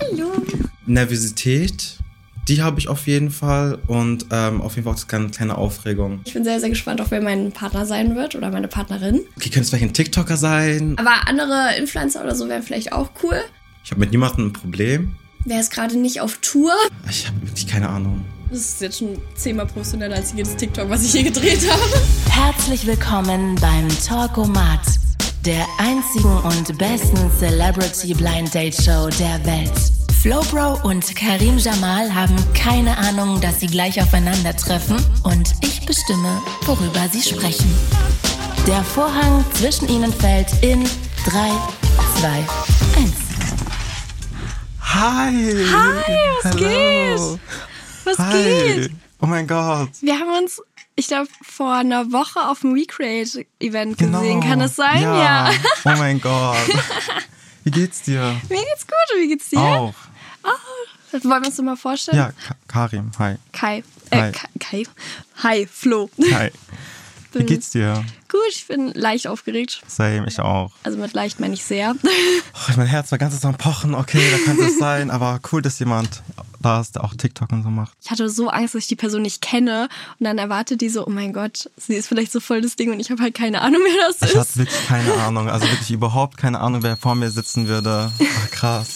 Hallo. Nervosität, die habe ich auf jeden Fall und ähm, auf jeden Fall auch das kleine, kleine Aufregung. Ich bin sehr, sehr gespannt, ob wer mein Partner sein wird oder meine Partnerin. Okay, könnte es vielleicht ein TikToker sein? Aber andere Influencer oder so wären vielleicht auch cool. Ich habe mit niemandem ein Problem. Wer ist gerade nicht auf Tour? Ich habe wirklich keine Ahnung. Das ist jetzt schon zehnmal professioneller als jedes TikTok, was ich je gedreht habe. Herzlich willkommen beim Talkomat, der einzigen und besten Celebrity Blind Date Show der Welt. Flowbro und Karim Jamal haben keine Ahnung, dass sie gleich aufeinandertreffen und ich bestimme, worüber sie sprechen. Der Vorhang zwischen ihnen fällt in 3, 2, 1. Hi! Hi, was geht? Was Hi! geht? Oh mein Gott. Wir haben uns, ich glaube, vor einer Woche auf dem Recreate-Event Genau. gesehen. Kann das sein? Ja. Oh mein Gott. Wie geht's dir? Mir geht's gut. Wie geht's dir? Auch. Wollen wir uns nochmal vorstellen? Oh. Ja, Ka Karim, hi. Kai. Äh, Hi. Ka- Kai. Hi, Flo. Hi. Wie Bin- geht's dir? Gut, ich bin leicht aufgeregt. Same, ich auch. Also mit leicht meine ich sehr. Oh, mein Herz war ganz am Pochen, okay, da kann es sein, aber cool, dass jemand da ist, der auch TikTok und so macht. Ich hatte so Angst, dass ich die Person nicht kenne. Und dann erwartet die so, oh mein Gott, sie ist vielleicht so voll das Ding und ich habe halt keine Ahnung, wer das Ich hatte ist. wirklich keine Ahnung, also wirklich überhaupt keine Ahnung, wer vor mir sitzen würde. Ach, krass.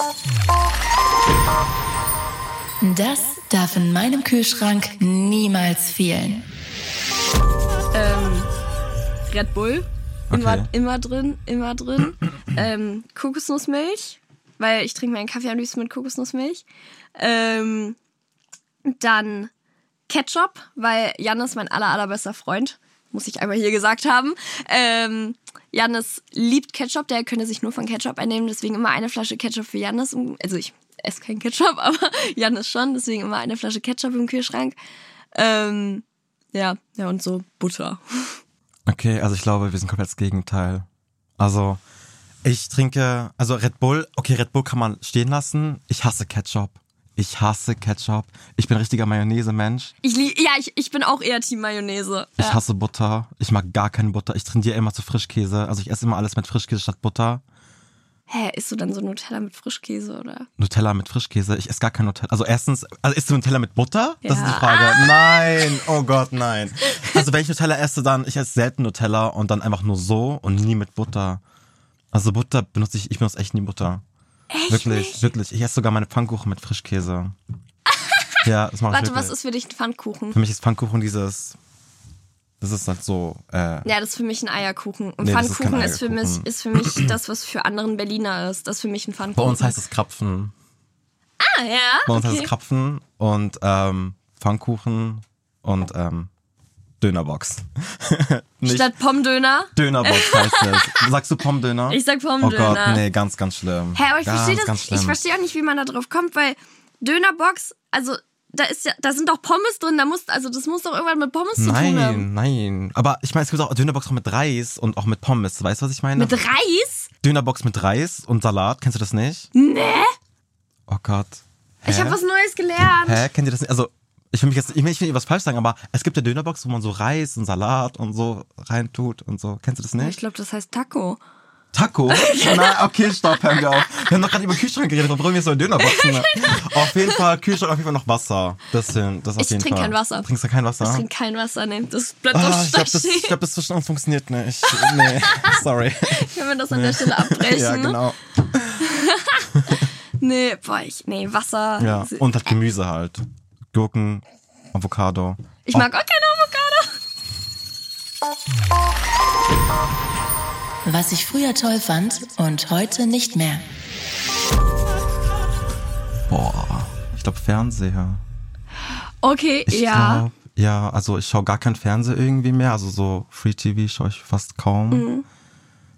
Das darf in meinem Kühlschrank niemals fehlen. Ähm, Red Bull. Immer, Okay. immer drin, immer drin. ähm, Kokosnussmilch, weil ich trinke meinen Kaffee am liebsten mit Kokosnussmilch. Ähm, dann Ketchup, weil Jan ist mein aller, allerbester Freund. Muss ich einmal hier gesagt haben. Ähm, Jannis liebt Ketchup, der könnte sich nur von Ketchup einnehmen, deswegen immer eine Flasche Ketchup für Jannis. im- Also ich esse keinen Ketchup, aber Jannis schon, deswegen immer eine Flasche Ketchup im Kühlschrank. Ähm, ja, ja, und so Butter. Okay, also ich glaube, wir sind komplett das Gegenteil. Also, ich trinke, also Red Bull, okay, Red Bull kann man stehen lassen. Ich hasse Ketchup. Ich hasse Ketchup. Ich bin richtiger Mayonnaise-Mensch. Ich lieb, ja, ich, ich bin auch eher Team Mayonnaise. Ich ja. hasse Butter. Ich mag gar keine Butter. Ich tendiere immer zu Frischkäse. Also ich esse immer alles mit Frischkäse statt Butter. Hä, isst du dann so Nutella mit Frischkäse, oder? Nutella mit Frischkäse. Ich esse gar kein Nutella. Also erstens, also isst du Nutella mit Butter? Das ist Ja. Ah! die Frage. Nein, oh Gott, nein. Also wenn ich Nutella esse, dann ich esse selten Nutella und dann einfach nur so und nie mit Butter. Also Butter benutze ich, ich benutze echt nie Butter. Echt wirklich, wirklich. Ich esse sogar meine Pfannkuchen mit Frischkäse. ja, das mache ich Warte, wirklich. was ist für dich ein Pfannkuchen? Für mich ist Pfannkuchen dieses, das ist halt so, äh, Ja, das ist für mich ein Eierkuchen. Und Nee, das ist kein Pfannkuchen ist, für mich, Eierkuchen. ist für mich das, was für anderen Berliner ist. Das ist für mich ein Pfannkuchen. bei uns heißt es Krapfen. Ah, ja. Bei uns heißt okay. es Krapfen und ähm, Pfannkuchen und ähm, Dönerbox. Nicht Statt Pommdöner. Dönerbox heißt es. Sagst du Pommdöner? Ich sag Oh Gott, Pommdöner. nee, ganz, ganz schlimm. Hä, aber ich ganz, verstehe das. Ganz schlimm. Ich verstehe auch nicht, wie man da drauf kommt, weil Dönerbox, also da ist ja, da sind doch Pommes drin. Da muss, also das muss doch irgendwann mit Pommes zu tun Nein, haben. nein. Aber ich meine, es gibt auch Dönerbox auch mit Reis und auch mit Pommes. Weißt du, was ich meine? Mit Reis? Dönerbox mit Reis und Salat. Kennst du das nicht? Nee. Oh Gott. Hä? Ich habe was Neues gelernt. Hä? Kennt ihr das nicht? Also, ich will mich jetzt, ich will nicht was falsch sagen, aber es gibt ja Dönerbox, wo man so Reis und Salat und so reintut und so. Kennst du das nicht? Ich glaube, das heißt Taco. Taco? Nein, okay, stopp, hören wir auf. Wir haben doch gerade über Kühlschrank geredet, warum brüllen wir so in Dönerboxen? Genau. auf jeden Fall, Kühlschrank, auf jeden Fall noch Wasser. Das, sind, das auf Ich jeden trinke Fall. kein Wasser. Trinkst du kein Wasser? Ich trinke kein Wasser, nee. Das bleibt doch Ah, ich glaube, stark das, ich stehen. glaub, das zwischen uns funktioniert nicht. Nee, sorry. Können wir das an der Stelle abbrechen? ne? ja, genau. Nee, boah, ich, nee, Wasser. Ja. Und halt Gemüse halt. Gurken, Avocado. ich mag auch keine Avocado. Was ich früher toll fand und heute nicht mehr. Boah, ich glaube Fernseher. Okay, Ich ja. Glaub, ja, also ich schaue gar kein Fernseher irgendwie mehr. Also so Free TV schaue ich fast kaum. Mhm.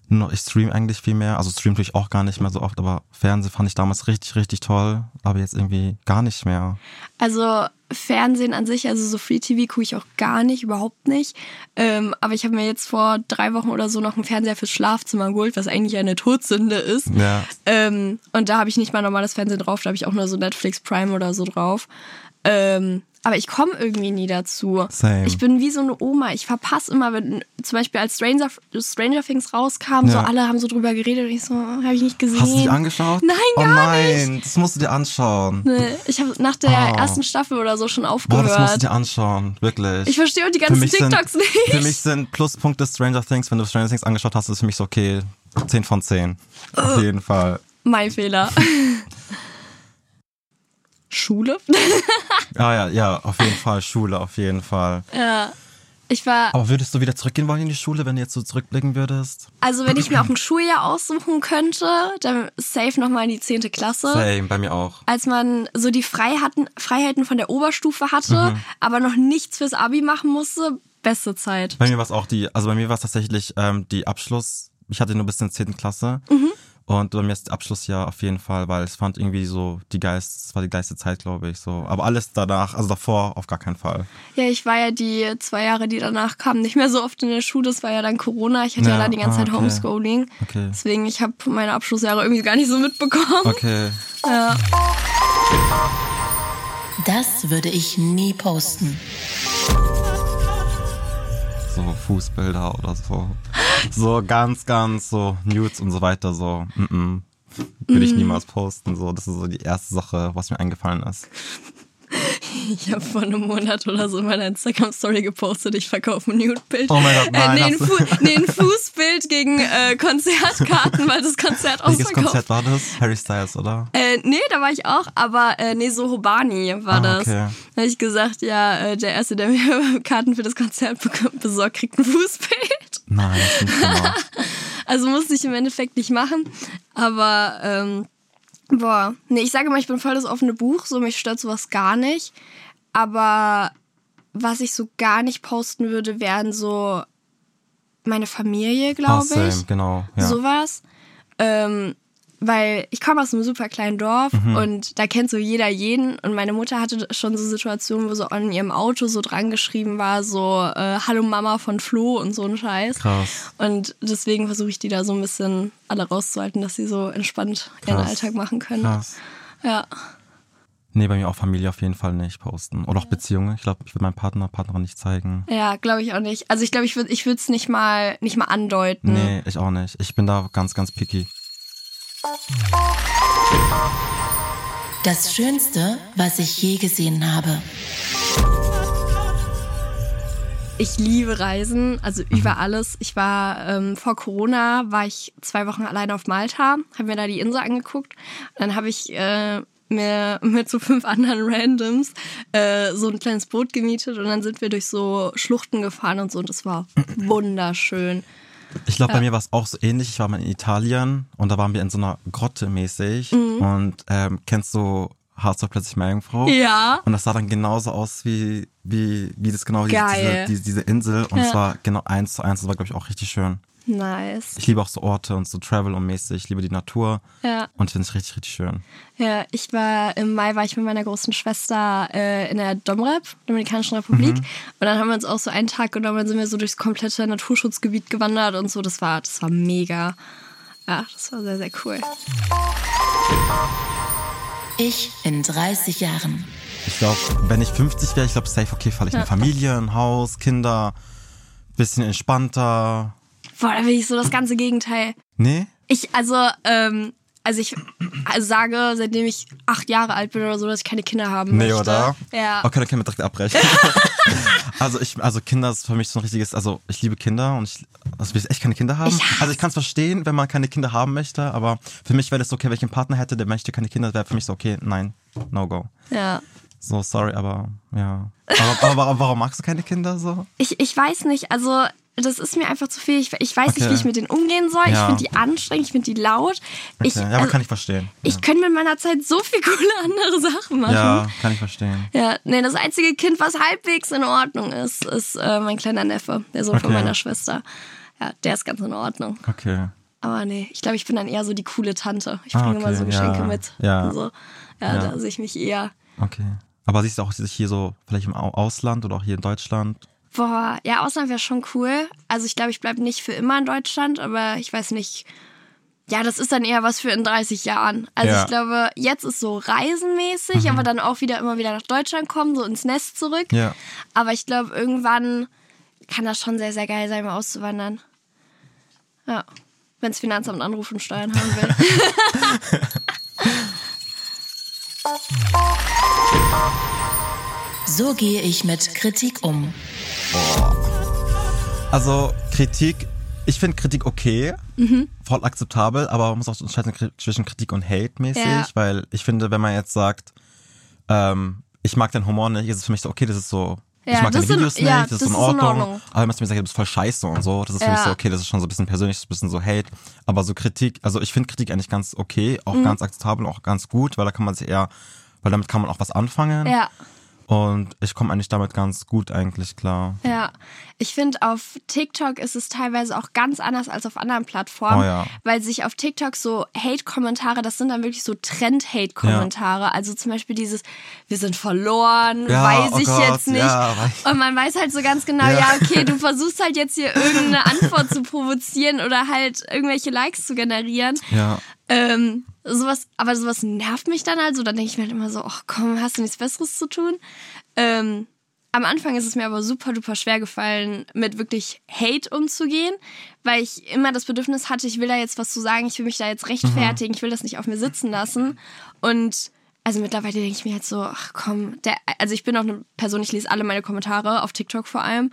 Nur Ich stream eigentlich viel mehr. Also stream tue ich auch gar nicht mehr so oft, aber Fernsehen fand ich damals richtig, richtig toll. Aber jetzt irgendwie gar nicht mehr. Also Fernsehen an sich, also so Free TV gucke ich auch gar nicht, überhaupt nicht. Ähm, aber ich habe mir jetzt vor drei Wochen oder so noch einen Fernseher fürs Schlafzimmer geholt, was eigentlich eine Todsünde ist. Ja. Ähm, und da habe ich nicht mal normales Fernsehen drauf, da habe ich auch nur so Netflix Prime oder so drauf. Ähm, aber ich komme irgendwie nie dazu. Same. Ich bin wie so eine Oma. Ich verpasse immer, wenn zum Beispiel als Stranger, Stranger Things rauskam, so Ja. alle haben so drüber geredet und ich so, habe ich nicht gesehen. Hast du dich angeschaut? Nein, oh gar nein, das musst du dir anschauen. Nee, Ich habe nach der Ah. ersten Staffel oder so schon Boah, das musst du aufgehört. dir anschauen, wirklich. Ich verstehe die Für ganzen mich TikToks sind, nicht. Für mich sind Pluspunkte Stranger Things, wenn du Stranger Things angeschaut hast, ist für mich so okay. 10 von 10. Auf Oh. jeden Fall. mein Fehler. Schule? Ah ja, ja, auf jeden Fall. Schule, auf jeden Fall. ja. Ich war, Aber würdest du wieder zurückgehen wollen in die Schule, wenn du jetzt so zurückblicken würdest? also wenn ich mir auch ein Schuljahr aussuchen könnte, dann safe nochmal in die 10. Klasse. Same, bei mir auch. als man so die Freiheiten, Freiheiten von der Oberstufe hatte, Mhm. aber noch nichts fürs Abi machen musste, beste Zeit. Bei mir war es auch die, also bei mir war es tatsächlich ähm, die Abschluss. Ich hatte nur bis in 10. Klasse. Und bei mir ist Abschlussjahr auf jeden Fall, weil es fand irgendwie so die geilste, es war die geilste Zeit, glaube ich. So. Aber alles danach, also davor auf gar keinen Fall. Ja, ich war ja die zwei Jahre, die danach kamen, nicht mehr so oft in der Schule. Das war ja dann Corona. Ich hatte ja, Ja, dann die ganze ah, Zeit okay. Homeschooling. Okay. Deswegen, ich habe meine Abschlussjahre irgendwie gar nicht so mitbekommen. Okay. Das würde ich nie posten. So Fußbilder oder so. So ganz, ganz so Nudes und so weiter. So, mm -mm. Will ich niemals posten. So, das ist so die erste Sache, was mir eingefallen ist. Ich habe vor einem Monat oder so in meiner Instagram-Story gepostet, ich verkaufe ein Nude-Bild. Oh mein Gott, nein, äh, nee, ein, hast du- Fu nee, ein Fußbild gegen äh, Konzertkarten, weil das Konzert Welches ausverkauft Konzert war das? Harry Styles, oder? Äh, nee, da war ich auch, aber äh, nee, so Hobani war Ah, das. okay. Da habe ich gesagt, ja, äh, der Erste, der mir Karten für das Konzert bek- besorgt, kriegt ein Fußbild. Nein, das ist nicht genau. Also musste ich im Endeffekt nicht machen. Aber, ähm, boah, nee, ich sage mal, ich bin voll das offene Buch, so mich stört sowas gar nicht. Aber was ich so gar nicht posten würde, wären so meine Familie, Ah, glaube ich same, genau. Ja. sowas. Ähm, weil ich komme aus einem super kleinen Dorf Mhm. und da kennt so jeder jeden. Und meine Mutter hatte schon so Situationen, wo so an ihrem Auto so dran geschrieben war, so äh, Hallo Mama von Flo und so ein Scheiß. Krass. Und deswegen versuche ich die da so ein bisschen alle rauszuhalten, dass sie so entspannt ihren Krass. Alltag machen können. Krass. Ja. Nee, bei mir auch Familie auf jeden Fall nicht posten. Oder auch Beziehungen. Ich glaube, ich würde meinem Partner, Partnerin nicht zeigen. Ja, glaube ich auch nicht. Also ich glaube, ich würde es nicht mal nicht mal andeuten. Nee, ich auch nicht. Ich bin da ganz, ganz picky. Das Schönste, was ich je gesehen habe. Ich liebe Reisen, also Mhm. über alles. Ich war ähm, vor Corona war ich zwei Wochen alleine auf Malta, habe mir da die Insel angeguckt. Dann habe ich äh, mir mit so fünf anderen Randoms äh, so ein kleines Boot gemietet und dann sind wir durch so Schluchten gefahren und so und das war wunderschön. Ich glaube, bei mir war es auch so ähnlich. Ich war mal in Italien und da waren wir in so einer Grotte mäßig. Mhm. Und ähm, kennst du Harz auf plötzlich Meerjungfrau? Ja. Und das sah dann genauso aus wie, wie, wie das genau, Geil. diese, diese, diese Insel. Und Ja. es war genau eins zu eins. Das war, glaube ich, auch richtig schön. Nice. Ich liebe auch so Orte und so Travel und mäßig. Ich liebe die Natur. Ja. Und finde es richtig, richtig schön. Ja, ich war im Mai war ich mit meiner großen Schwester äh, in der Domrep, Dominikanischen Mhm. Republik. Und dann haben wir uns auch so einen Tag genommen, dann sind wir so durchs komplette Naturschutzgebiet gewandert und so. Das war, das war mega. Ja, das war sehr, sehr cool. Ich in 30 Jahren. Ich glaube, wenn ich 50 wäre, ich glaube, safe, okay, falle ich eine Familie, ein Haus, Kinder, bisschen entspannter. Boah, da bin ich so das ganze Gegenteil. Nee? Ich, also, ähm, also ich also sage, seitdem ich acht Jahre alt bin oder so, dass ich keine Kinder haben Nee, möchte. oder? Ja. Okay, dann können wir direkt abbrechen. also ich, also Kinder ist für mich so ein richtiges, also ich liebe Kinder und ich, also will ich echt keine Kinder haben. also ich kann es verstehen, wenn man keine Kinder haben möchte, aber für mich wäre das so, okay, wenn ich einen Partner hätte, der möchte keine Kinder, wäre für mich so, okay, nein, no go. Ja. So, sorry, aber ja. Aber, aber warum, warum magst du keine Kinder so? Ich, ich weiß nicht, also das ist mir einfach zu viel. Ich, ich weiß nicht, Okay. wie ich mit denen umgehen soll. Ich Ja. finde die anstrengend, ich finde die laut. Ich, ja, aber also, kann ich verstehen. ich könnte mit meiner Zeit so viel coole andere Sachen machen. ja, kann ich verstehen. Ja, nee, das einzige Kind, was halbwegs in Ordnung ist, ist äh, mein kleiner Neffe, der Sohn von Okay. meiner Schwester. Ja, der ist ganz in Ordnung. Okay. Aber nee, ich glaube, ich bin dann eher so die coole Tante. Ich bringe immer Ah, okay, so Geschenke ja, mit. ja. Und so. ja, Ja. da sehe ich mich eher. Okay. Aber siehst du auch sich hier so, vielleicht im Au- Ausland oder auch hier in Deutschland? Boah, ja, Ausland wäre schon cool. Also ich glaube, ich bleibe nicht für immer in Deutschland, aber ich weiß nicht, Ja, das ist dann eher was für in 30 Jahren. Also Ja. Mhm. ich glaube, jetzt ist so reisenmäßig, aber dann auch wieder immer wieder nach Deutschland kommen, so ins Nest zurück. Ja. Aber ich glaube, irgendwann kann das schon sehr, sehr geil sein, mal auszuwandern. Ja. Wenn das Finanzamt anruft und Steuern haben will. So gehe ich mit Kritik um. Also Kritik, ich finde Kritik okay, Mhm. voll akzeptabel, aber man muss auch unterscheiden kri- zwischen Kritik und Hate mäßig, Ja. weil ich finde, wenn man jetzt sagt, ähm, ich mag deinen Humor nicht, ist es für mich so, okay, das ist so, Ja, ich mag das deine ist in- Videos nicht, ja, das, ist in Ordnung. Ordnung. Aber wenn man zu mir sagt, du bist voll scheiße und so, das ist für mich Ja. so, okay, das ist schon so ein bisschen persönlich, so ein bisschen so Hate. Aber so Kritik, also ich finde Kritik eigentlich ganz okay, auch Mhm. ganz akzeptabel, auch ganz gut, weil da kann man sich eher, weil damit kann man auch was anfangen. ja. Und ich komme eigentlich damit ganz gut eigentlich klar. Ja, ich finde, auf TikTok ist es teilweise auch ganz anders als auf anderen Plattformen, Oh ja. weil sich auf TikTok so Hate-Kommentare, das sind dann wirklich so Trend-Hate-Kommentare. Also zum Beispiel dieses, wir sind verloren, Ja, weiß oh ich Gott, jetzt nicht. ja, weiß- Und man weiß halt so ganz genau, ja. Ja. okay, du versuchst halt jetzt hier irgendeine Antwort zu provozieren oder halt irgendwelche Likes zu generieren. Ja. Ähm, sowas, aber sowas nervt mich dann also. Dann denke ich mir halt immer so, ach komm, hast du nichts Besseres zu tun? Ähm, am Anfang ist es mir aber super duper schwer gefallen, mit wirklich Hate umzugehen, weil ich immer das Bedürfnis hatte, ich will da jetzt was zu sagen, ich will mich da jetzt rechtfertigen, ich will das nicht auf mir sitzen lassen. Und also mittlerweile denke ich mir halt so, ach komm, der, also ich bin auch eine Person, ich lese alle meine Kommentare, auf TikTok vor allem.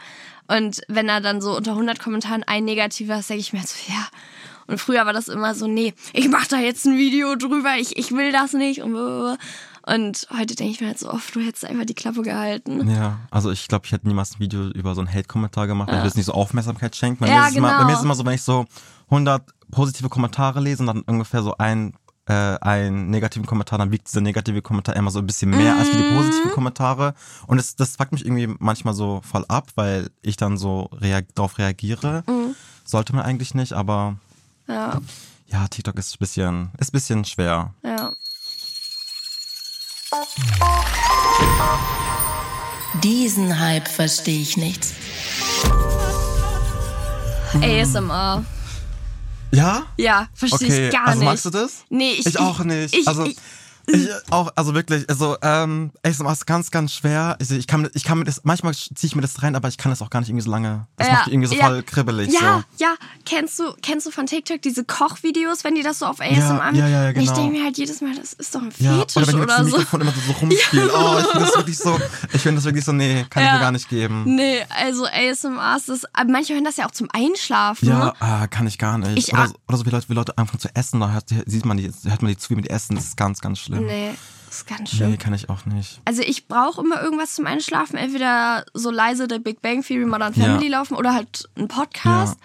Und wenn da dann so unter 100 Kommentaren ein negativer ist, denke ich mir halt so, ja. Und früher war das immer so, nee, ich mach da jetzt ein Video drüber, ich, ich will das nicht und blablabla. Und heute denke ich mir halt so oft, du hättest einfach die Klappe gehalten. Ja, also ich glaube, ich hätte niemals ein Video über so einen Hate-Kommentar gemacht, weil mir das nicht so Aufmerksamkeit schenkt. Bei, Ja, mir ist es immer, genau. bei mir ist es immer so, wenn ich so 100 positive Kommentare lese und dann ungefähr so ein äh, einen negativen Kommentar, dann wiegt dieser negative Kommentar immer so ein bisschen mehr als wie Mhm. die positiven Kommentare. Und das, das fuckt mich irgendwie manchmal so voll ab, weil ich dann so reag darauf reagiere. Sollte man eigentlich nicht, aber Mhm. Ja, ja, TikTok ist ein bisschen, ist ein bisschen schwer. ja. Diesen Hype verstehe ich nicht. ASMR. Ja? Ja, verstehe Okay, ich gar also nicht. magst du das? Nee, ich- ich auch nicht. ich- also ich- ich, auch, also wirklich, also ähm, ASMR ist ganz, ganz schwer. Also Ich, ich kann, ich kann mir das, manchmal ziehe ich mir das rein, aber ich kann das auch gar nicht irgendwie so lange. Das Ja, macht mich irgendwie so ja. voll kribbelig. Ja, So. ja. Kennst du, kennst du von TikTok diese Kochvideos, wenn die das so auf ASMR ja, ja, ja, Ich genau. denke mir halt jedes Mal, das ist doch ein Ja, Fetisch oder wenn die oder, mit dem so. Mikrofon immer so, so rumspielen. Oh, ich finde das wirklich so, ich finde das wirklich so, nee, kann ich Ja. mir gar nicht geben. Nee, also ASMR ist das. aber Manche hören das ja auch zum Einschlafen. Ja, ne? ah, kann ich gar nicht. Ich oder, a- so, oder so wie Leute, wie Leute anfangen zu essen, da hört, sieht man die, hört man die zu, wie die essen, das ist ganz, ganz schlimm. Nee, ist ganz schlimm. nee kann ich auch nicht. Also ich brauche immer irgendwas zum Einschlafen, entweder so leise der Big Bang Theory Modern Ja. Family laufen oder halt ein Podcast.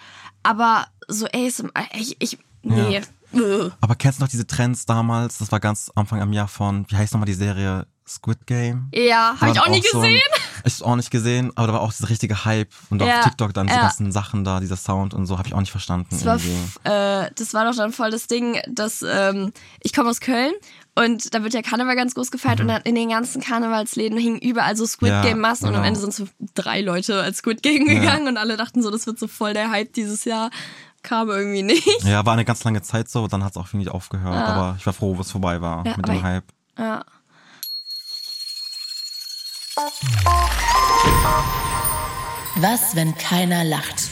Aber so ASMR, ich, ich nee. Äh. Aber kennst du noch diese Trends damals? Das war ganz Anfang am Jahr von, wie heißt nochmal die Serie? Squid Game? Ja, Da habe ich war auch nie so gesehen. Ein, ich auch nicht gesehen, aber da war auch dieser richtige Hype. Und Ja, auf TikTok dann diese ja. ganzen Sachen da, dieser Sound und so, habe ich auch nicht verstanden. Das war, irgendwie. f- äh, das war doch dann voll das Ding, dass ähm, ich komme aus Köln und da wird ja Karneval ganz groß gefeiert und dann in den ganzen Karnevalsläden hingen überall so Squid Mhm. Ja, Game Massen und am genau. Ende sind so drei Leute als Squid Game gegangen und alle dachten so, das wird so voll der Hype dieses Jahr. Kam irgendwie nicht. Ja, war eine ganz lange Zeit so, dann hat es auch irgendwie aufgehört. Aber ich war froh, wo es vorbei war Ah. Ja, mit aber- dem Hype. Was, wenn keiner lacht?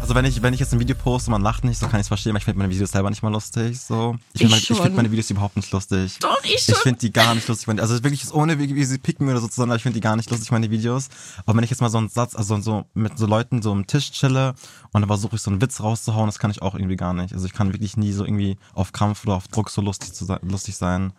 Also wenn ich, wenn ich jetzt ein Video poste und man lacht nicht, so kann ich es verstehen, weil ich finde meine Videos selber nicht mal lustig. So. Ich Ich finde meine, ich schon. find meine Videos überhaupt nicht lustig. Doch, ich schon. Ich finde die gar nicht lustig. Meine- Also wirklich ist ohne, wie, wie sie picken oder sozusagen, aber ich finde die gar nicht lustig, meine Videos. Aber wenn ich jetzt mal so einen Satz, also so mit so Leuten so am Tisch chille und dann versuche ich so einen Witz rauszuhauen, das kann ich auch irgendwie gar nicht. Also ich kann wirklich nie so irgendwie auf Krampf oder auf Druck so lustig, zu sein, lustig sein.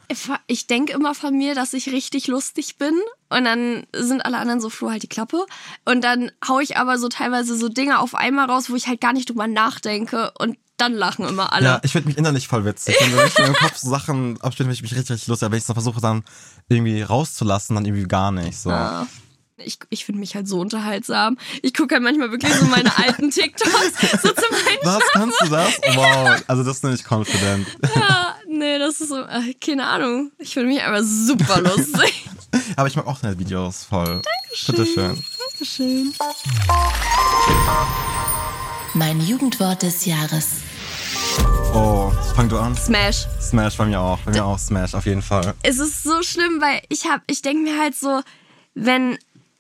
Ich denke immer von mir, dass ich richtig lustig bin. Und dann sind alle anderen so, Flo, halt die Klappe. Und dann hau ich aber so teilweise so Dinge auf einmal raus, wo ich halt gar nicht drüber nachdenke. Und dann lachen immer alle. Ja, ich finde mich innerlich voll witzig. Wenn mir richtig im Kopf so Sachen abspielen, finde ich mich richtig, richtig lustig. Aber wenn ich es dann versuche, dann irgendwie rauszulassen, dann irgendwie gar nicht. So. Ich, ich finde mich halt so unterhaltsam. Ich gucke halt manchmal wirklich so meine alten TikToks. So zum einen. Was? Kannst du das? Wow. Also das nenne ich confident. Nee, das ist so, äh, keine Ahnung. Ich finde mich einfach super lustig. Aber ich mag auch deine Videos voll. Dankeschön. Bitteschön. Dankeschön. mein Jugendwort des Jahres. Oh, fang du an. Smash. Smash bei mir auch. Bei mir auch Smash, auf jeden Fall. es ist so schlimm, weil ich hab, ich denke mir halt so, wenn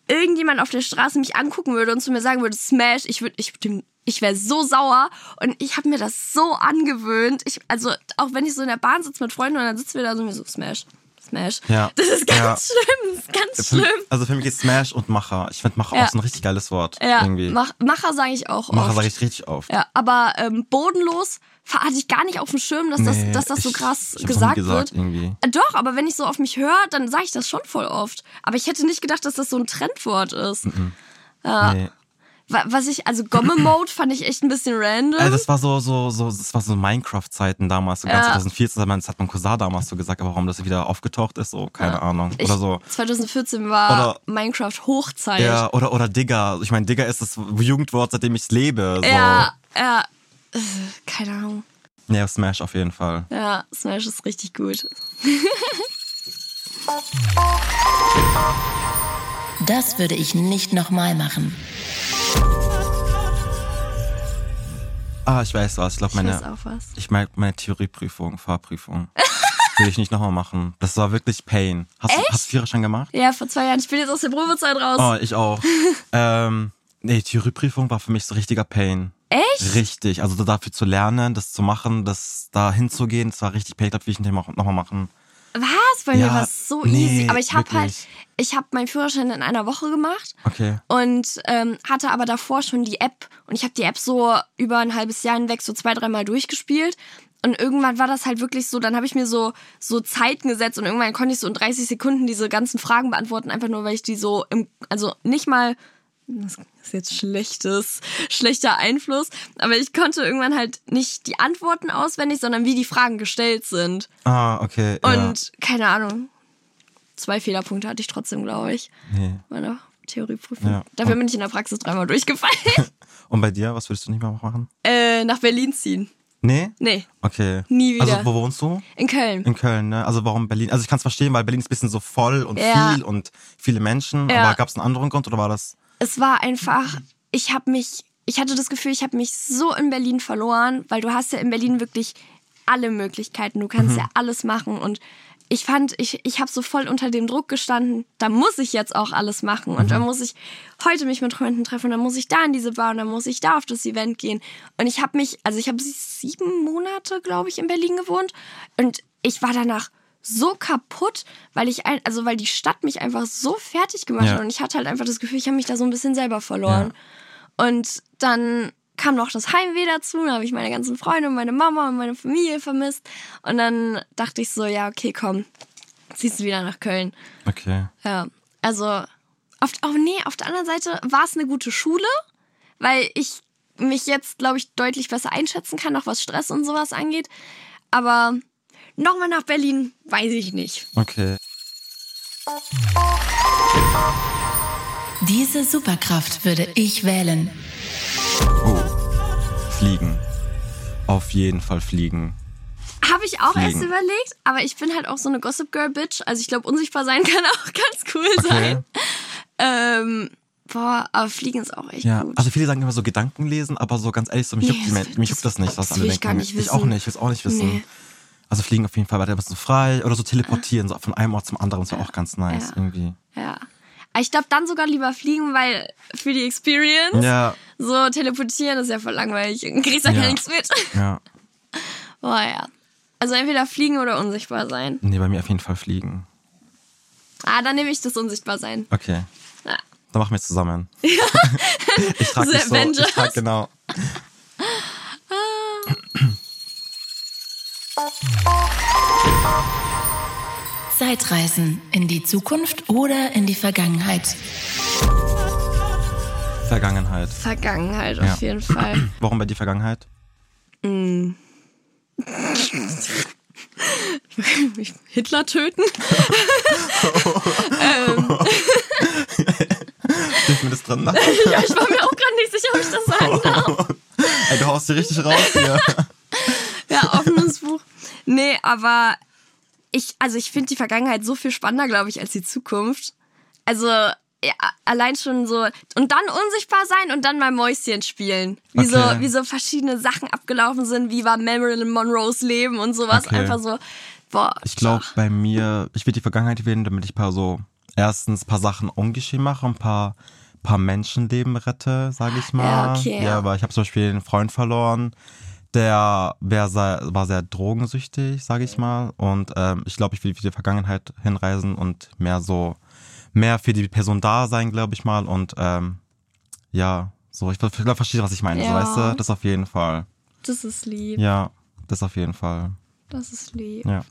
irgendjemand auf der Straße mich angucken würde und zu mir sagen würde, Smash, ich würde, ich, würd dem- ich wäre so sauer und ich habe mir das so angewöhnt. Ich, also auch wenn ich so in der Bahn sitze mit Freunden und dann sitzen wir da so, mir so Smash, Smash. Ja. Das ist Ja. ganz schlimm, das ist ganz Für mich- schlimm. Also für mich ist Smash und Macher. Ich finde Macher Ja. auch so ein richtig geiles Wort. Ja, irgendwie. Mach, Macher sage ich auch oft. Macher sage ich richtig oft. Ja, aber ähm, bodenlos ver- hatte ich gar nicht auf dem Schirm, dass Nee, das, dass das so ich- ich hab's krass noch nie gesagt, gesagt, wird. irgendwie. Äh, Doch, aber wenn ich so auf mich höre, dann sage ich das schon voll oft. Aber ich hätte nicht gedacht, dass das so ein Trendwort ist. Mhm. Nee. Wa- Was ich, also Gomme-Mode fand ich echt ein bisschen random. Äh, das war so, so, so, das war so Minecraft-Zeiten damals, so ganz Mhm. Ja. 2014, aber das hat man Cousin damals so gesagt, aber warum das wieder aufgetaucht ist, so, keine Ahnung. ich, Oder so. 2014 war Oder- Minecraft Hochzeit. Ja, oder, oder Digger. Ich meine, Digger ist das Jugendwort, seitdem ich lebe. So. ja, ja. Äh, Keine Ahnung. Ja, Smash auf jeden Fall. Ja, Smash ist richtig gut. Das würde ich nicht nochmal machen. Ah, ich weiß was. Ich glaube, Ich meine, weiß auch was. ich mein, meine Theorieprüfung, Fahrprüfung. Will ich nicht nochmal machen. Das war wirklich Pain. Hast, du, hast du Führerschein gemacht? Ja, vor zwei Jahren. Ich bin jetzt aus der Probezeit raus. Oh, ich auch. ähm, nee, Theorieprüfung war für mich so richtiger Pain. Echt? Richtig. Also so dafür zu lernen, das zu machen, das da hinzugehen, das war richtig Pain. Ich glaube, will ich nicht nochmal machen. Was? Bei mir Ja, war es so nee, easy. Aber ich habe wirklich. halt, ich habe meinen Führerschein in einer Woche gemacht Okay. und ähm, hatte aber davor schon die App und ich habe die App so über ein halbes Jahr hinweg so zwei, dreimal durchgespielt. Und irgendwann war das halt wirklich so, dann habe ich mir so, so Zeiten gesetzt und irgendwann konnte ich so in 30 Sekunden diese ganzen Fragen beantworten, einfach nur, weil ich die so im, also nicht mal, das ist jetzt schlechtes, schlechter Einfluss, aber ich konnte irgendwann halt nicht die Antworten auswendig, sondern wie die Fragen gestellt sind. Ah, okay. Und keine Ahnung. Zwei Fehlerpunkte hatte ich trotzdem, glaube ich. ja. Nee. Meiner Theorieprüfung. Ja. Dafür bin ich in der Praxis dreimal durchgefallen. Und bei dir, was würdest du nicht mal machen? äh, nach Berlin ziehen. Nee? Nee, Okay. Nie wieder. Also wo wohnst du? in Köln. In Köln, ne? Also warum Berlin? Also ich kann es verstehen, weil Berlin ist ein bisschen so voll und Ja. viel und viele Menschen. Ja. Aber gab es einen anderen Grund oder war das? es war einfach, ich habe mich, ich hatte das Gefühl, ich habe mich so in Berlin verloren, weil du hast ja in Berlin wirklich alle Möglichkeiten, du kannst ja alles machen und ich fand, ich, ich habe so voll unter dem Druck gestanden, da muss ich jetzt auch alles machen und da muss ich heute mich mit Freunden treffen, und dann muss ich da in diese Bar und dann muss ich da auf das Event gehen und ich habe mich, also ich habe sieben Monate, glaube ich, in Berlin gewohnt und ich war danach so kaputt, weil ich ein, also weil die Stadt mich einfach so fertig gemacht Ja. hat und ich hatte halt einfach das Gefühl, ich habe mich da so ein bisschen selber verloren. Und dann kam noch das Heimweh dazu, da habe ich meine ganzen Freunde und meine Mama und meine Familie vermisst. Und dann dachte ich so, ja, okay, komm, ziehst du wieder nach Köln. Okay. Ja, also, auf, oh nee, auf der anderen Seite war es eine gute Schule, weil ich mich jetzt, glaube ich, deutlich besser einschätzen kann, auch was Stress und sowas angeht. Aber nochmal nach Berlin, weiß ich nicht. Okay. Diese Superkraft würde ich wählen. Oh. Fliegen. Auf jeden Fall fliegen. Habe ich auch erst Fliegen. überlegt, aber ich bin halt auch so eine Gossip Girl Bitch. Also ich glaube, unsichtbar sein kann auch ganz cool Okay. sein. Ähm, boah, aber Fliegen ist auch echt Ja. gut. Also viele sagen immer so Gedanken lesen, aber so ganz ehrlich, so mich Nee, juckt, das die will- Men- mich juckt das- das nicht, was das alle will ich denken. gar nicht ich auch wissen. nicht, ich will es auch nicht wissen. Nee. Also fliegen auf jeden Fall weiter ein bisschen frei oder so teleportieren, so von einem Ort zum anderen, ist ja auch ganz nice Ja. irgendwie. ja. Aber Ich glaube, dann sogar lieber fliegen, weil für die Experience. Ja. So teleportieren ist ja voll langweilig. Du Kriegst ja Ja. gar nichts mit. Ja. Boah, ja. Also entweder fliegen oder unsichtbar sein. Nee, bei mir auf jeden Fall fliegen. Ah, dann nehme ich das unsichtbar sein. Okay. Ja. Dann machen wir es zusammen. ich trage The dich so. Ich Avengers. trage genau. Zeitreisen in die Zukunft oder in die Vergangenheit. Vergangenheit. Vergangenheit halt auf Ja. jeden Fall. Warum bei dir Vergangenheit? Mich Hitler töten? Dürfen wir das drin lassen? ja, ich war mir auch gerade nicht sicher, ob ich das Oh. sagen darf. Ey, du haust die richtig raus hier. Ja, offenes Buch. Nee, aber ich, also ich finde die Vergangenheit so viel spannender, glaube ich, als die Zukunft. Also ja, allein schon so und dann unsichtbar sein und dann mal Mäuschen spielen. Wie, Okay. so, wie so verschiedene Sachen abgelaufen sind, wie war Marilyn Monroes Leben und sowas. Okay. Einfach so, boah. Ich glaube, bei mir, ich will die Vergangenheit wählen, damit ich ein paar so, erstens ein paar Sachen ungeschehen mache, ein paar, paar Menschenleben rette, sage ich mal. Ja, okay, ja. ja weil ich habe zum Beispiel einen Freund verloren, der wär, sehr- war sehr drogensüchtig, sage ich mal. Und ähm, ich glaube, ich will für die Vergangenheit hinreisen und mehr so, mehr für die Person da sein, glaube ich mal. Und ähm, ja, so, ich glaub, verstehe, was ich meine, so, Ja. weißt du? Das auf jeden Fall. Das ist lieb. Ja, das auf jeden Fall. Das ist lieb. Ja.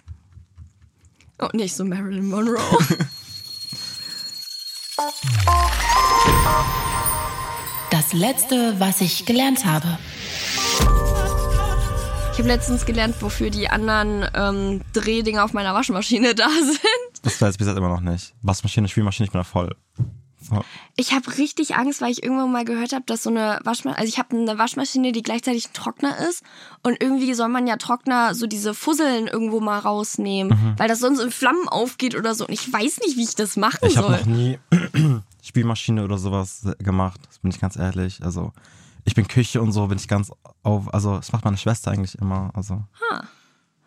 Oh, nicht so Marilyn Monroe. Das letzte, was ich gelernt habe. ich habe letztens gelernt, wofür die anderen ähm, Drehdinger auf meiner Waschmaschine da sind. Das weiß ich bis jetzt immer noch nicht. Waschmaschine, Spülmaschine, ich bin da voll. voll. Ich habe richtig Angst, weil ich irgendwann mal gehört habe, dass so eine Waschmaschine, also ich habe eine Waschmaschine, die gleichzeitig ein Trockner ist und irgendwie soll man ja Trockner so diese Fusseln irgendwo mal rausnehmen, Mhm. weil das sonst in Flammen aufgeht oder so. Und ich weiß nicht, wie ich das machen Ich habe soll. noch nie Spülmaschine oder sowas gemacht, das bin ich ganz ehrlich. Also, ich bin Küche und so, bin ich ganz auf. Also, das macht meine Schwester eigentlich immer. Also,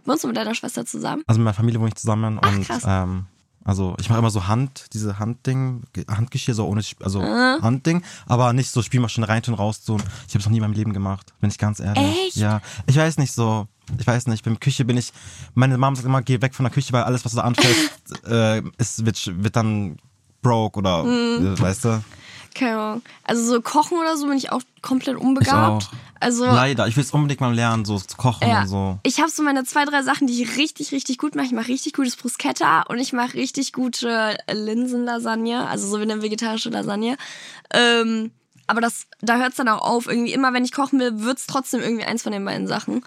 Wohnst du mit deiner Schwester zusammen? also mit meiner Familie wohne ich zusammen und krass. ähm, also ich mache immer so Hand, diese Handding, Ge- Handgeschirr, so ohne Sp- also Ah. Handding, aber nicht so Spülmaschine reintun, raustun. Ich habe es noch nie in meinem Leben gemacht, bin ich ganz ehrlich. Echt? Ja. Ich weiß nicht so. Ich weiß nicht, beim Küche bin ich. Meine Mom sagt immer, geh weg von der Küche, weil alles, was du da anfällst, äh, ist, wird, sch- wird dann broke oder Mhm. äh, weißt du? Keine Ahnung. Also so kochen oder so bin ich auch komplett unbegabt. auch. Also Leider. Ich will es unbedingt mal lernen, so zu kochen Ja. und so. Ich habe so meine zwei, drei Sachen, die ich richtig, richtig gut mache. Ich mache richtig gutes Bruschetta und ich mache richtig gute Linsenlasagne, also so wie eine vegetarische Lasagne. Ähm, aber das, da hört es dann auch auf. Irgendwie immer, wenn ich kochen will, wird's trotzdem irgendwie eins von den beiden Sachen.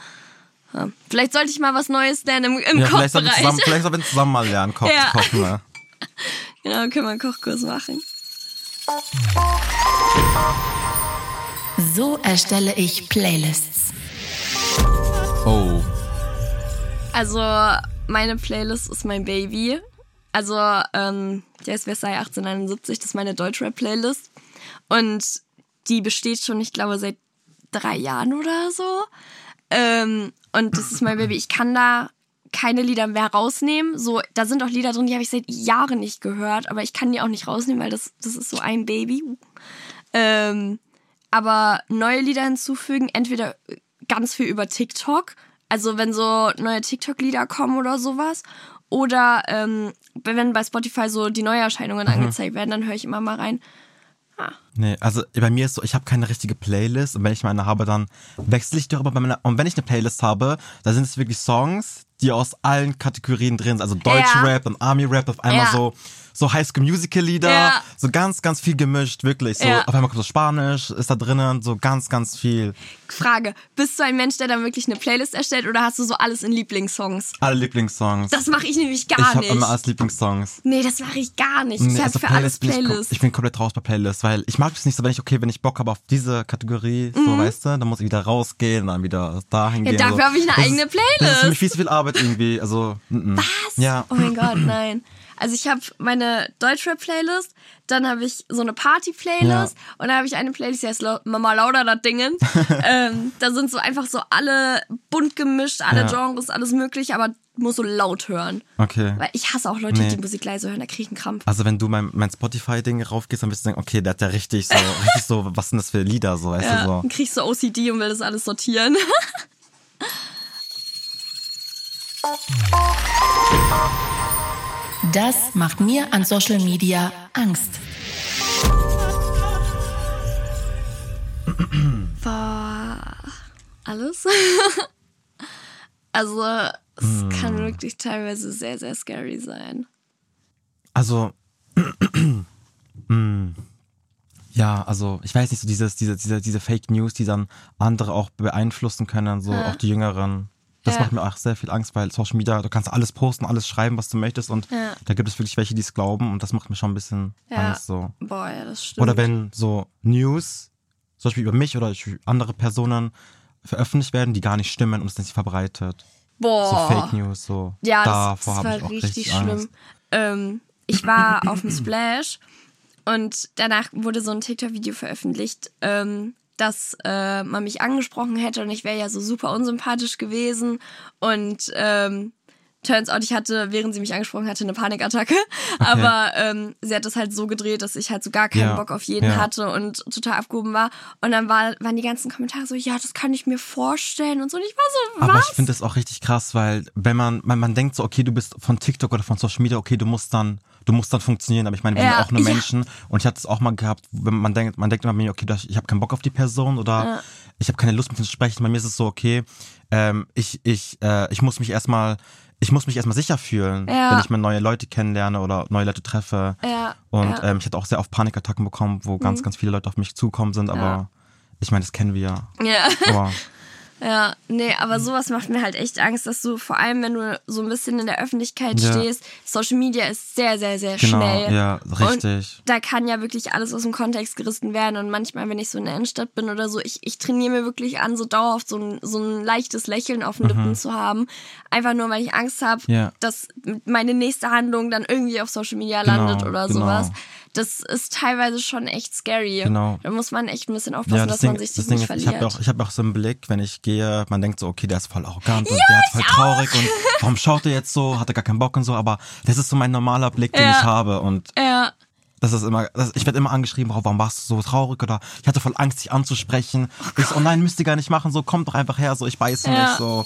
Ja. Vielleicht sollte ich mal was Neues lernen im, im Ja, vielleicht sollten wir Kochbereich. zusammen, vielleicht sollten wir zusammen mal lernen, ko Ja. zu kochen. Ne? Genau, können wir einen Kochkurs machen. So erstelle ich Playlists. Oh. Also, meine Playlist ist mein Baby. Also, ähm, der ist Versailles 1871, das ist meine Deutschrap-Playlist. Und die besteht schon, ich glaube, seit drei Jahren oder so. Ähm, und das ist mein Baby. Ich kann da keine Lieder mehr rausnehmen. So, da sind auch Lieder drin, die habe ich seit Jahren nicht gehört, aber ich kann die auch nicht rausnehmen, weil das, das ist so ein Baby. Ähm, aber neue Lieder hinzufügen, entweder ganz viel über TikTok, also wenn so neue TikTok-Lieder kommen oder sowas, oder ähm, wenn bei Spotify so die Neuerscheinungen Mhm. angezeigt werden, dann höre ich immer mal rein. Nee, also bei mir ist so, ich habe keine richtige Playlist und wenn ich mal eine habe, dann wechsle ich darüber. Bei meiner, und wenn ich eine Playlist habe, da sind es wirklich Songs, die aus allen Kategorien drin sind. Also Deutschrap, dann Army-Rap, auf einmal Ja. so, so High School Musical-Lieder, Ja. so ganz, ganz viel gemischt, wirklich. So, Ja. Auf einmal kommt so Spanisch, ist da drinnen, so ganz, ganz viel. Frage, bist du ein Mensch, der dann wirklich eine Playlist erstellt oder hast du so alles in Lieblingssongs? Alle Lieblingssongs. Das mache ich nämlich ich gar habe nicht. immer als Lieblingssongs. nee, das mache ich gar nicht. ich habe also für alles bin ich kom- Playlists. Ich bin komplett raus bei Playlists, weil ich mag es nicht so, wenn ich, okay, wenn ich Bock habe auf diese Kategorie, so weißt du, dann muss ich wieder rausgehen, dann wieder dahin Mhm. Ja, gehen. dafür so. habe ich eine Das eigene ist, Das ist Playlist. für mich viel zu viel Arbeit irgendwie. Also, Was? Ja. Oh mein Gott, nein. Also ich habe meine Deutschrap-Playlist, dann habe ich so eine Party-Playlist Ja. und dann habe ich eine Playlist, die heißt Lau- Mama Lauda das Dingen. ähm, da sind so einfach so alle bunt gemischt, alle Ja. Genres, alles möglich, aber muss so laut hören. Okay. Weil ich hasse auch Leute, Nee. die die Musik leise hören, da kriege ich einen Krampf. Also wenn du mein, mein Spotify-Ding raufgehst, dann wirst du denken, okay, der hat ja richtig so, richtig so, was sind das für Lieder, so, weißt Ja, du, so. Dann kriegst du OCD und will das alles sortieren. Das macht mir an Social Media Angst. Boah, alles. also es Hm. kann wirklich teilweise sehr, sehr scary sein. Also, mm, ja, also ich weiß nicht, so dieses, diese, diese, diese Fake News, die dann andere auch beeinflussen können, so auch die Jüngeren. Das Ja. macht mir auch sehr viel Angst, weil Social Media, du kannst alles posten, alles schreiben, was du möchtest und Ja. da gibt es wirklich welche, die es glauben und das macht mir schon ein bisschen Ja. Angst so. Boah, ja, das stimmt. Oder wenn so News, zum Beispiel über mich oder über andere Personen veröffentlicht werden, die gar nicht stimmen und es dann sich verbreitet. Boah. So Fake News, so. Oh. Ja, das, halt Davor das habe war ich auch richtig richtig schlimm. Angst. Ähm, ich war auf dem Splash Und danach wurde so ein TikTok-Video veröffentlicht, ähm, dass äh, man mich angesprochen hätte und ich wäre ja so super unsympathisch gewesen. Und ähm, turns out, ich hatte, während sie mich angesprochen hatte, eine Panikattacke. Aber ähm, sie hat das halt so gedreht, dass ich halt so gar keinen Ja. Bock auf jeden Ja. hatte und total abgehoben war. Und dann war, waren die ganzen Kommentare so, ja, das kann ich mir vorstellen und so. Und ich war so, Aber was? ich finde das auch richtig krass, weil wenn man, man, man denkt so, okay, du bist von TikTok oder von Social Media, okay, du musst dann, du musst dann funktionieren. Aber ich meine, wir Ja, sind auch nur ja. Menschen und ich hatte es auch mal gehabt, wenn man denkt, man denkt immer mir, okay, das- ich habe keinen Bock auf die Person oder ich habe keine Lust mit denen zu sprechen. Bei mir ist es so, okay, ähm, ich, ich, äh, ich muss mich erstmal, ich muss mich erstmal sicher fühlen, Ja. wenn ich mal neue Leute kennenlerne oder neue Leute treffe. Ja, und ja. Mhm. Ähm, ich hatte auch sehr oft Panikattacken bekommen, wo ganz, ganz viele Leute auf mich zugekommen sind, aber ich meine, das kennen wir ja. ja. Aber Ja, nee, aber sowas macht mir halt echt Angst, dass du vor allem, wenn du so ein bisschen in der Öffentlichkeit Ja. stehst, Social Media ist sehr, sehr, sehr Genau, schnell. ja, richtig. Und da kann ja wirklich alles aus dem Kontext gerissen werden. Und manchmal, wenn ich so in der Innenstadt bin oder so, ich, ich trainiere mir wirklich an, so dauerhaft so ein, so ein leichtes Lächeln auf den Lippen zu haben. Einfach nur, weil ich Angst habe, Mhm. Ja. dass meine nächste Handlung dann irgendwie auf Social Media Genau, landet oder genau. sowas. Das ist teilweise schon echt scary. Genau. Da muss man echt ein bisschen aufpassen, dass man sich das nicht ist, verliert. ich habe auch, ich hab auch so einen Blick, wenn ich gehe, man denkt so, okay, der ist voll arrogant und der ist voll traurig und warum schaut er jetzt so, hat er gar keinen Bock und so, aber das ist so mein normaler Blick, den Ja. ich habe und ja. das ist immer, das, ich werde immer angeschrieben, warum warst du so traurig oder ich hatte voll Angst, dich anzusprechen. ich so, oh nein, müsst ihr gar nicht machen, so kommt doch einfach her, so ich beiße Ja. nicht, so.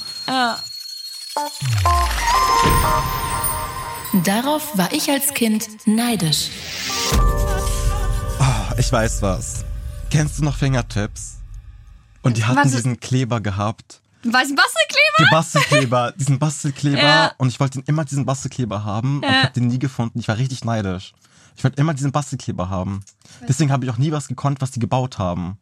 Darauf war ich als Kind neidisch. Ich weiß was. Kennst du noch Fingertips? Und die hatten Warte. diesen Kleber gehabt. Weißen Bastelkleber? Die Bastelkleber, diesen Bastelkleber. Ja. Und ich wollte den- immer diesen Bastelkleber haben. Und ich habe den nie gefunden. Ich war richtig neidisch. Ich wollte immer diesen Bastelkleber haben. Deswegen habe ich auch nie was gekonnt, was die gebaut haben.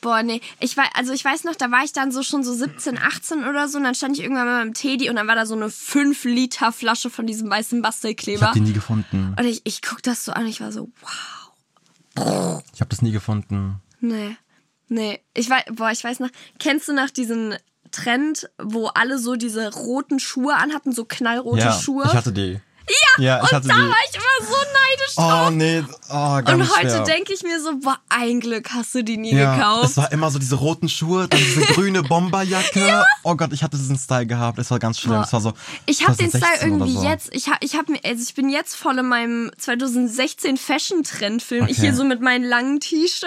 Boah, nee. Ich war, also ich weiß noch, da war ich dann so schon so 17, 18 oder so und dann stand ich irgendwann mal beim Teddy und dann war da so eine 5 Liter Flasche von diesem weißen Ich Bastelkleber. habe den nie gefunden. Und ich, ich guck das so an und ich war so, wow, Ich habe das nie gefunden. nee, nee. Ich weiß, boah, ich weiß noch, kennst du noch diesen Trend, wo alle so diese roten Schuhe anhatten, so knallrote ja, Schuhe? ich hatte die. Ja, ja ich und hatte da die. war ich immer so neidisch Oh drauf. nee, oh, ganz und heute schwer. denke ich mir so, boah, ein Glück hast du die nie ja, gekauft. Es war immer so diese roten Schuhe, dann diese grüne Bomberjacke. Oh Gott, ich hatte diesen Style gehabt. Es war ganz schlimm. Boah. Es war so, Ich habe den Style 2016 oder irgendwie so. jetzt, ich, ha, ich, hab, mir- also ich bin jetzt voll in meinem 2016 Fashion-Trend-Film. Ich Okay. hier so mit meinen langen T-Shirts.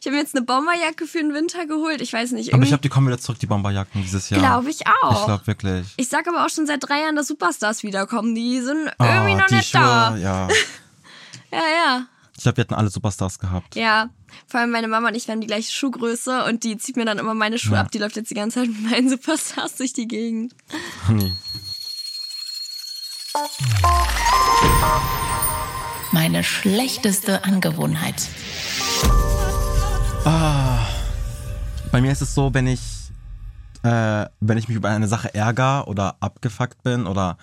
Ich habe mir jetzt eine Bomberjacke für den Winter geholt. Ich weiß nicht, Aber irgendwie ich habe die kommen wieder zurück, die Bomberjacken dieses Jahr. glaube ich auch. Ich glaube wirklich. Ich sag aber auch schon seit drei Jahren, dass Superstars wiederkommen. Die sind Ah, irgendwie noch die nicht Schuhe, da. ja. Ja, ja. Ich glaube, wir hatten alle Superstars gehabt. Ja. Vor allem meine Mama und ich, wir haben die gleiche Schuhgröße und die zieht mir dann immer meine Schuhe Ja. ab. Die läuft jetzt die ganze Zeit mit meinen Superstars durch die Gegend. Nee. Meine schlechteste Angewohnheit. Bei mir ist es so, wenn ich, äh, wenn ich mich über eine Sache ärgere oder abgefuckt bin oder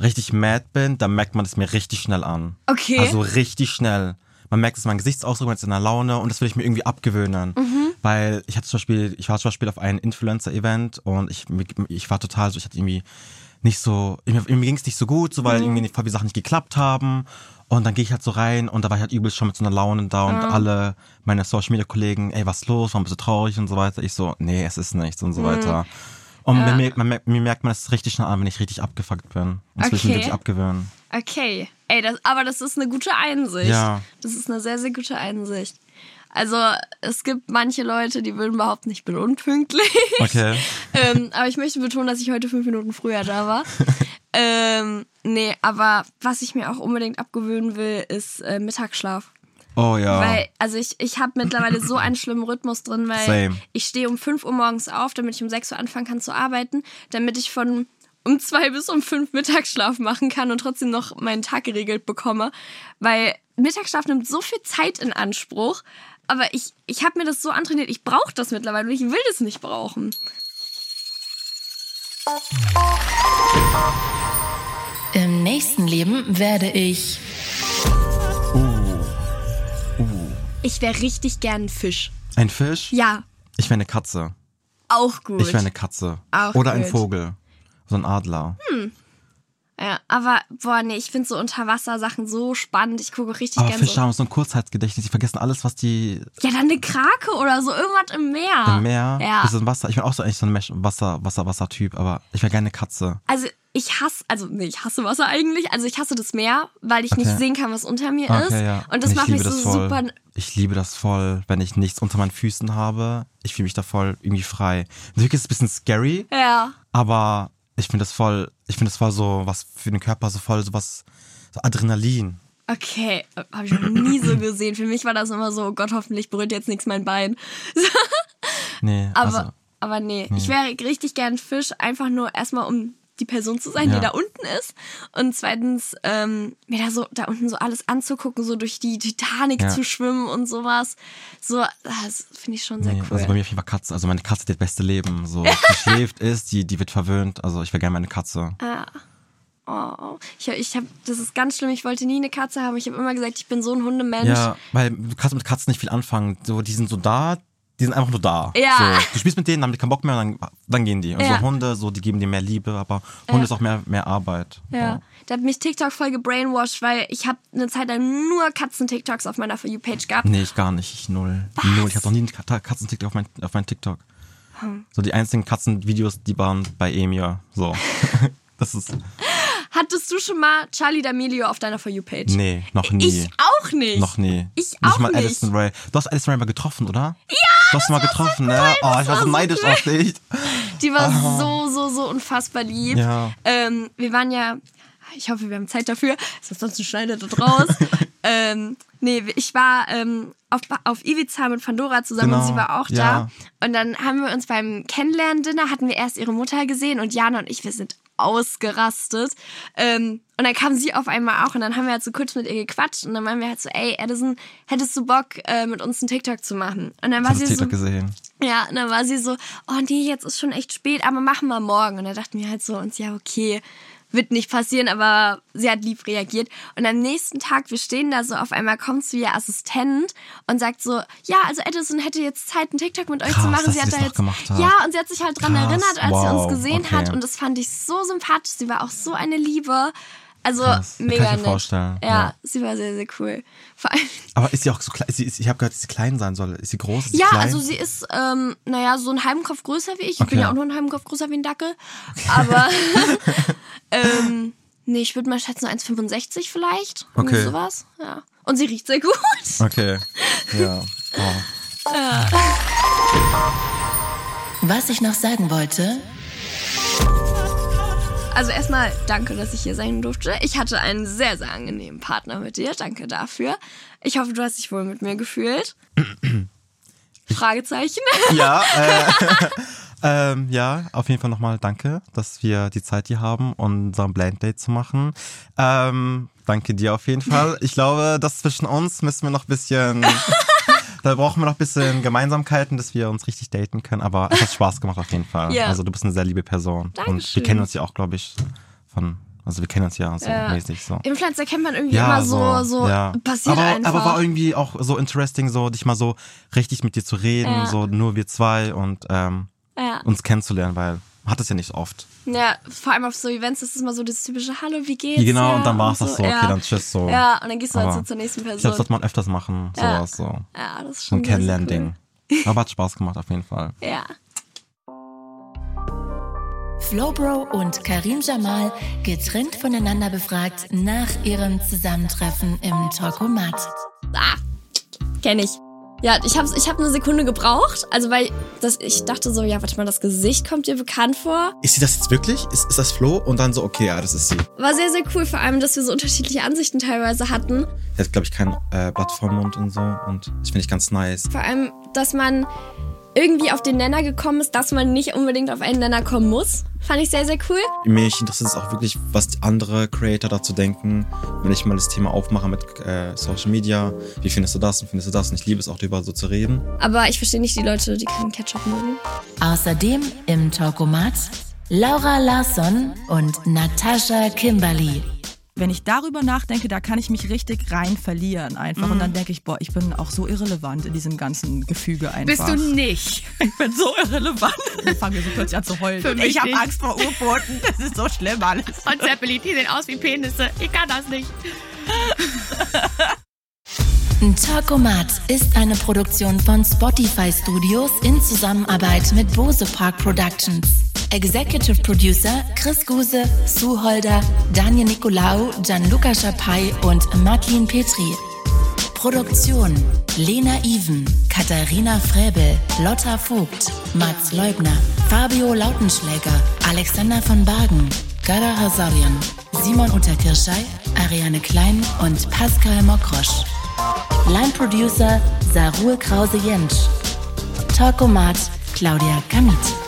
richtig mad bin, dann merkt man es mir richtig schnell an. Okay. Also richtig schnell. Man merkt es in meinem Gesichtsausdruck, man ist in der Laune und das will ich mir irgendwie abgewöhnen. Mhm. Weil ich hatte zum Beispiel, ich war zum Beispiel auf einem Influencer-Event und ich, ich war total so, ich hatte irgendwie nicht so, mir, mir ging es nicht so gut, so weil Mhm. irgendwie voll die Sachen nicht geklappt haben. Und dann gehe ich halt so rein und da war ich halt übelst schon mit so einer Laune da Ah. und alle meine Social Media Kollegen, ey, was ist los, warum bist du traurig und so weiter. Ich so, nee, es ist nichts und Mhm. so weiter. Und mir, merkt- man, merkt- mir merkt man es richtig schnell an, wenn ich richtig abgefuckt bin. Und das will ich mir Okay. wirklich abgewöhnen. Okay. Ey, das, aber das ist eine gute Einsicht. Ja. Das ist eine sehr, sehr gute Einsicht. Also, es gibt manche Leute, die würden behaupten, ich bin unpünktlich. Okay. ähm, aber ich möchte betonen, dass ich heute fünf Minuten früher da war. ähm, nee, aber was ich mir auch unbedingt abgewöhnen will, ist äh, Mittagsschlaf. Oh ja. Weil, also ich, ich habe mittlerweile so einen schlimmen Rhythmus drin, weil Same. ich stehe um 5 Uhr morgens auf, damit ich um 6 Uhr anfangen kann zu arbeiten, damit ich von um 2 bis um 5 Mittagsschlaf machen kann und trotzdem noch meinen Tag geregelt bekomme. Weil Mittagsschlaf nimmt so viel Zeit in Anspruch, aber ich, ich habe mir das so antrainiert, ich brauche das mittlerweile und ich will das nicht brauchen. Im nächsten Leben werde ich Ich wäre richtig gern ein Fisch. Ein Fisch? Ja, Ich wäre eine Katze. auch gut. ne Ich wäre eine Katze. Auch Hm, Oder ein gut. Vogel. So ein Adler. Ja, aber boah, nee, ich finde so Unterwassersachen so spannend. Ich gucke auch richtig Aber gerne Fische so. Ah, haben so ein Kurzzeitgedächtnis, die vergessen alles, was die Ja, dann eine Krake oder so, irgendwas im Meer. im Meer Ah, Ja. ist im Wasser. Ich bin auch so eigentlich so ein Mesh- Wasser, Wasser, Wasser-Typ, aber ich wäre gerne eine Katze. Also ich hasse, also nee, ich hasse Wasser eigentlich. Also ich hasse das Meer, weil ich nicht Okay. sehen kann, was unter mir ist. Okay, ja. Und das ich macht liebe mich so das voll. super. Ich liebe das voll, wenn ich nichts unter meinen Füßen habe. Ich fühle mich da voll irgendwie frei. Natürlich ist es ein bisschen scary, Ja. aber ich finde das voll, ich finde das voll so was für den Körper, so voll so was, so Adrenalin. Okay, habe ich noch nie so gesehen. Für mich war das immer so, oh Gott, hoffentlich berührt jetzt nichts mein Bein. Nee, Aber, also, aber nee, ich wäre richtig gern Fisch, einfach nur erstmal um die Person zu sein, Ja. die da unten ist. Und zweitens, ähm, mir da so da unten so alles anzugucken, so durch die Titanic Ja. zu schwimmen und sowas. So, das finde ich schon sehr nee, cool. also bei mir auf jeden Fall Katze. Also meine Katze, die hat das beste Leben. So, die schläft, ist, die, die wird verwöhnt. Also ich wäre gerne meine Katze. Ah, Oh, ich, ich habe, das ist ganz schlimm. Ich wollte nie eine Katze haben. Ich habe immer gesagt, ich bin so ein Hundemensch. Ja, weil du kannst mit Katzen nicht viel anfangen. So, die sind so da, die sind einfach nur da. Ja. So, du spielst mit denen, haben die keinen Bock mehr und dann, dann gehen die. Und Ja. so Hunde, so, die geben dir mehr Liebe, aber Hunde ist auch mehr, mehr Arbeit. Ja. Da hat mich TikTok voll gebrainwashed, weil ich habe eine Zeit lang nur Katzen-TikToks auf meiner For You-Page gehabt. Nee, ich gar nicht. Ich null. Null. Ich hab noch nie einen Ka- Katzen-TikTok auf meinen auf mein TikTok. Hm. So die einzigen Katzen-Videos, die waren bei Emir. So. das ist. Hattest du schon mal Charlie D'Amelio auf deiner For You-Page? Nee, noch nie. Ich auch nicht. Noch nie. Ich nicht auch mal nicht. Alison Ray. Du hast Alison Ray mal getroffen, oder? Ja! Du hast sie mal getroffen, ne? Oh, ich war so neidisch auf dich. Die war so, so, so unfassbar lieb. Ah. Ja. Ähm, wir waren ja, ich hoffe, wir haben Zeit dafür, sonst schneidet das raus. ähm, nee, ich war ähm, auf, auf Ibiza mit Pandora zusammen und Genau, sie war auch ja. da. Und dann haben wir uns beim Kennenlernen-Dinner, hatten wir erst ihre Mutter gesehen und Jana und ich, wir sind ausgerastet. Ähm, und dann kam sie auf einmal auch und dann haben wir halt so kurz mit ihr gequatscht und dann waren wir halt so, ey, Edison, hättest du Bock, äh, mit uns einen TikTok zu machen? Und dann Ich war hab sie das so, TikTok gesehen. ja, und dann war sie so, oh nee, jetzt ist schon echt spät, aber machen wir morgen. Und da dachten wir halt so uns, ja, okay, wird nicht passieren, aber sie hat lieb reagiert. Und am nächsten Tag, wir stehen da so, auf einmal kommt zu ihr Assistent und sagt so, ja, also Edison hätte jetzt Zeit, einen TikTok mit euch zu Krass, machen. dass sie sie hat das da noch jetzt, gemacht hat. ja, und sie hat sich halt dran Krass, erinnert, als sie wow, uns gesehen okay. hat. Und das fand ich so sympathisch. Sie war auch so eine Liebe. Also, Krass, kann mega ich mir nett. vorstellen, Ja, ja. sie war sehr, sehr cool. Vor allem, Aber ist sie auch so klein? Ist sie, ist, ich habe gehört, dass sie klein sein soll. Ist sie groß? Ist sie Ja, klein? also sie ist, ähm, naja, so einen halben Kopf größer wie ich. Ich bin Okay. ja auch nur einen halben Kopf größer wie ein Dackel. Aber, ähm, nee, ich würde mal schätzen, so 1,65 vielleicht. Irgendwie Okay. sowas. Ja. Und sie riecht sehr gut. Okay. Ja. Oh. Was ich noch sagen wollte, Also erstmal danke, dass ich hier sein durfte. Ich hatte einen sehr, sehr angenehmen Partner mit dir. Danke dafür. Ich hoffe, du hast dich wohl mit mir gefühlt. Fragezeichen. Ja, äh, ähm, ja, auf jeden Fall nochmal danke, dass wir die Zeit hier haben, unser Blind Date zu machen. Ähm, danke dir auf jeden Fall. Ich glaube, das zwischen uns müssen wir noch ein bisschen, da brauchen wir noch ein bisschen Gemeinsamkeiten, dass wir uns richtig daten können. Aber es hat Spaß gemacht auf jeden Fall. Ja. Also du bist eine sehr liebe Person. Und wir Dankeschön. kennen uns ja auch, glaube ich, von, also wir kennen uns ja so Ja. mäßig so. Äh, Influencer kennt man irgendwie immer so, so ja. passiert aber, einfach. Aber war irgendwie auch so interesting, so dich mal so richtig mit dir zu reden, Ja. so nur wir zwei und ähm, Ja. uns kennenzulernen, weil man hat es ja nicht so oft. Ja, vor allem auf so Events ist es immer so das typische Hallo, wie geht's? genau, ja, und dann war es das so, okay, ja. dann tschüss so. Ja, und dann gehst du halt Aber so zur nächsten Ich glaube, das Person. sollte man öfters machen, Ja. sowas so. ja, das ist So schon ein sehr, sehr Kennenlernen-Ding. Aber hat Spaß gemacht auf jeden Fall. Cool. Ja. Flowbro und Karim Jamal getrennt voneinander befragt nach ihrem Zusammentreffen im Tokomat. Ah, kenn ich. Ja, ich hab's, ich hab eine Sekunde gebraucht, also weil das, ich dachte so, ja, warte mal, das Gesicht kommt dir bekannt vor. ist sie das jetzt wirklich? Ist, ist das Flo? Und dann so, okay, ja, das ist sie. War sehr, sehr cool, vor allem, dass wir so unterschiedliche Ansichten teilweise hatten. Er hat, glaube ich, kein äh, Blatt vorm Mund und so und das finde ich ganz nice. Vor allem, dass man irgendwie auf den Nenner gekommen ist, dass man nicht unbedingt auf einen Nenner kommen muss. Fand ich sehr, sehr cool. Mich interessiert es auch wirklich, was andere Creator dazu denken, wenn ich mal das Thema aufmache mit äh, Social Media. Wie findest du das und findest du das? Und ich liebe es auch, darüber so zu reden. Aber ich verstehe nicht die Leute, die keinen Ketchup mögen. Außerdem im Tokomat Laura Larsson und Natascha Kimberly. wenn ich darüber nachdenke, da kann ich mich richtig rein verlieren einfach. Und dann Mm. denke ich, boah, ich bin auch so irrelevant in diesem ganzen Gefüge einfach. Bist du nicht. ich bin so irrelevant. Dann fangen wir so plötzlich an zu heulen. Für mich ich habe nicht. Angst vor U-Booten. Das ist so schlimm alles. Und Zeppelin, die sehen aus wie Penisse. Ich kann das nicht. Talkomat ist eine Produktion von Spotify Studios in Zusammenarbeit mit Bose Park Productions. Executive Producer Chris Guse, Sue Holder, Daniel Nicolaou, Gianluca Schapai und Martin Petri. Produktion Lena Even, Katharina Fräbel, Lotta Vogt, Mats Leubner, Fabio Lautenschläger, Alexander von Bargen, Gara Hasarian, Simon Unterkirschei, Ariane Klein und Pascal Mokrosch. Line Producer Sarur Krause-Jentsch. Talkomat Claudia Gamit.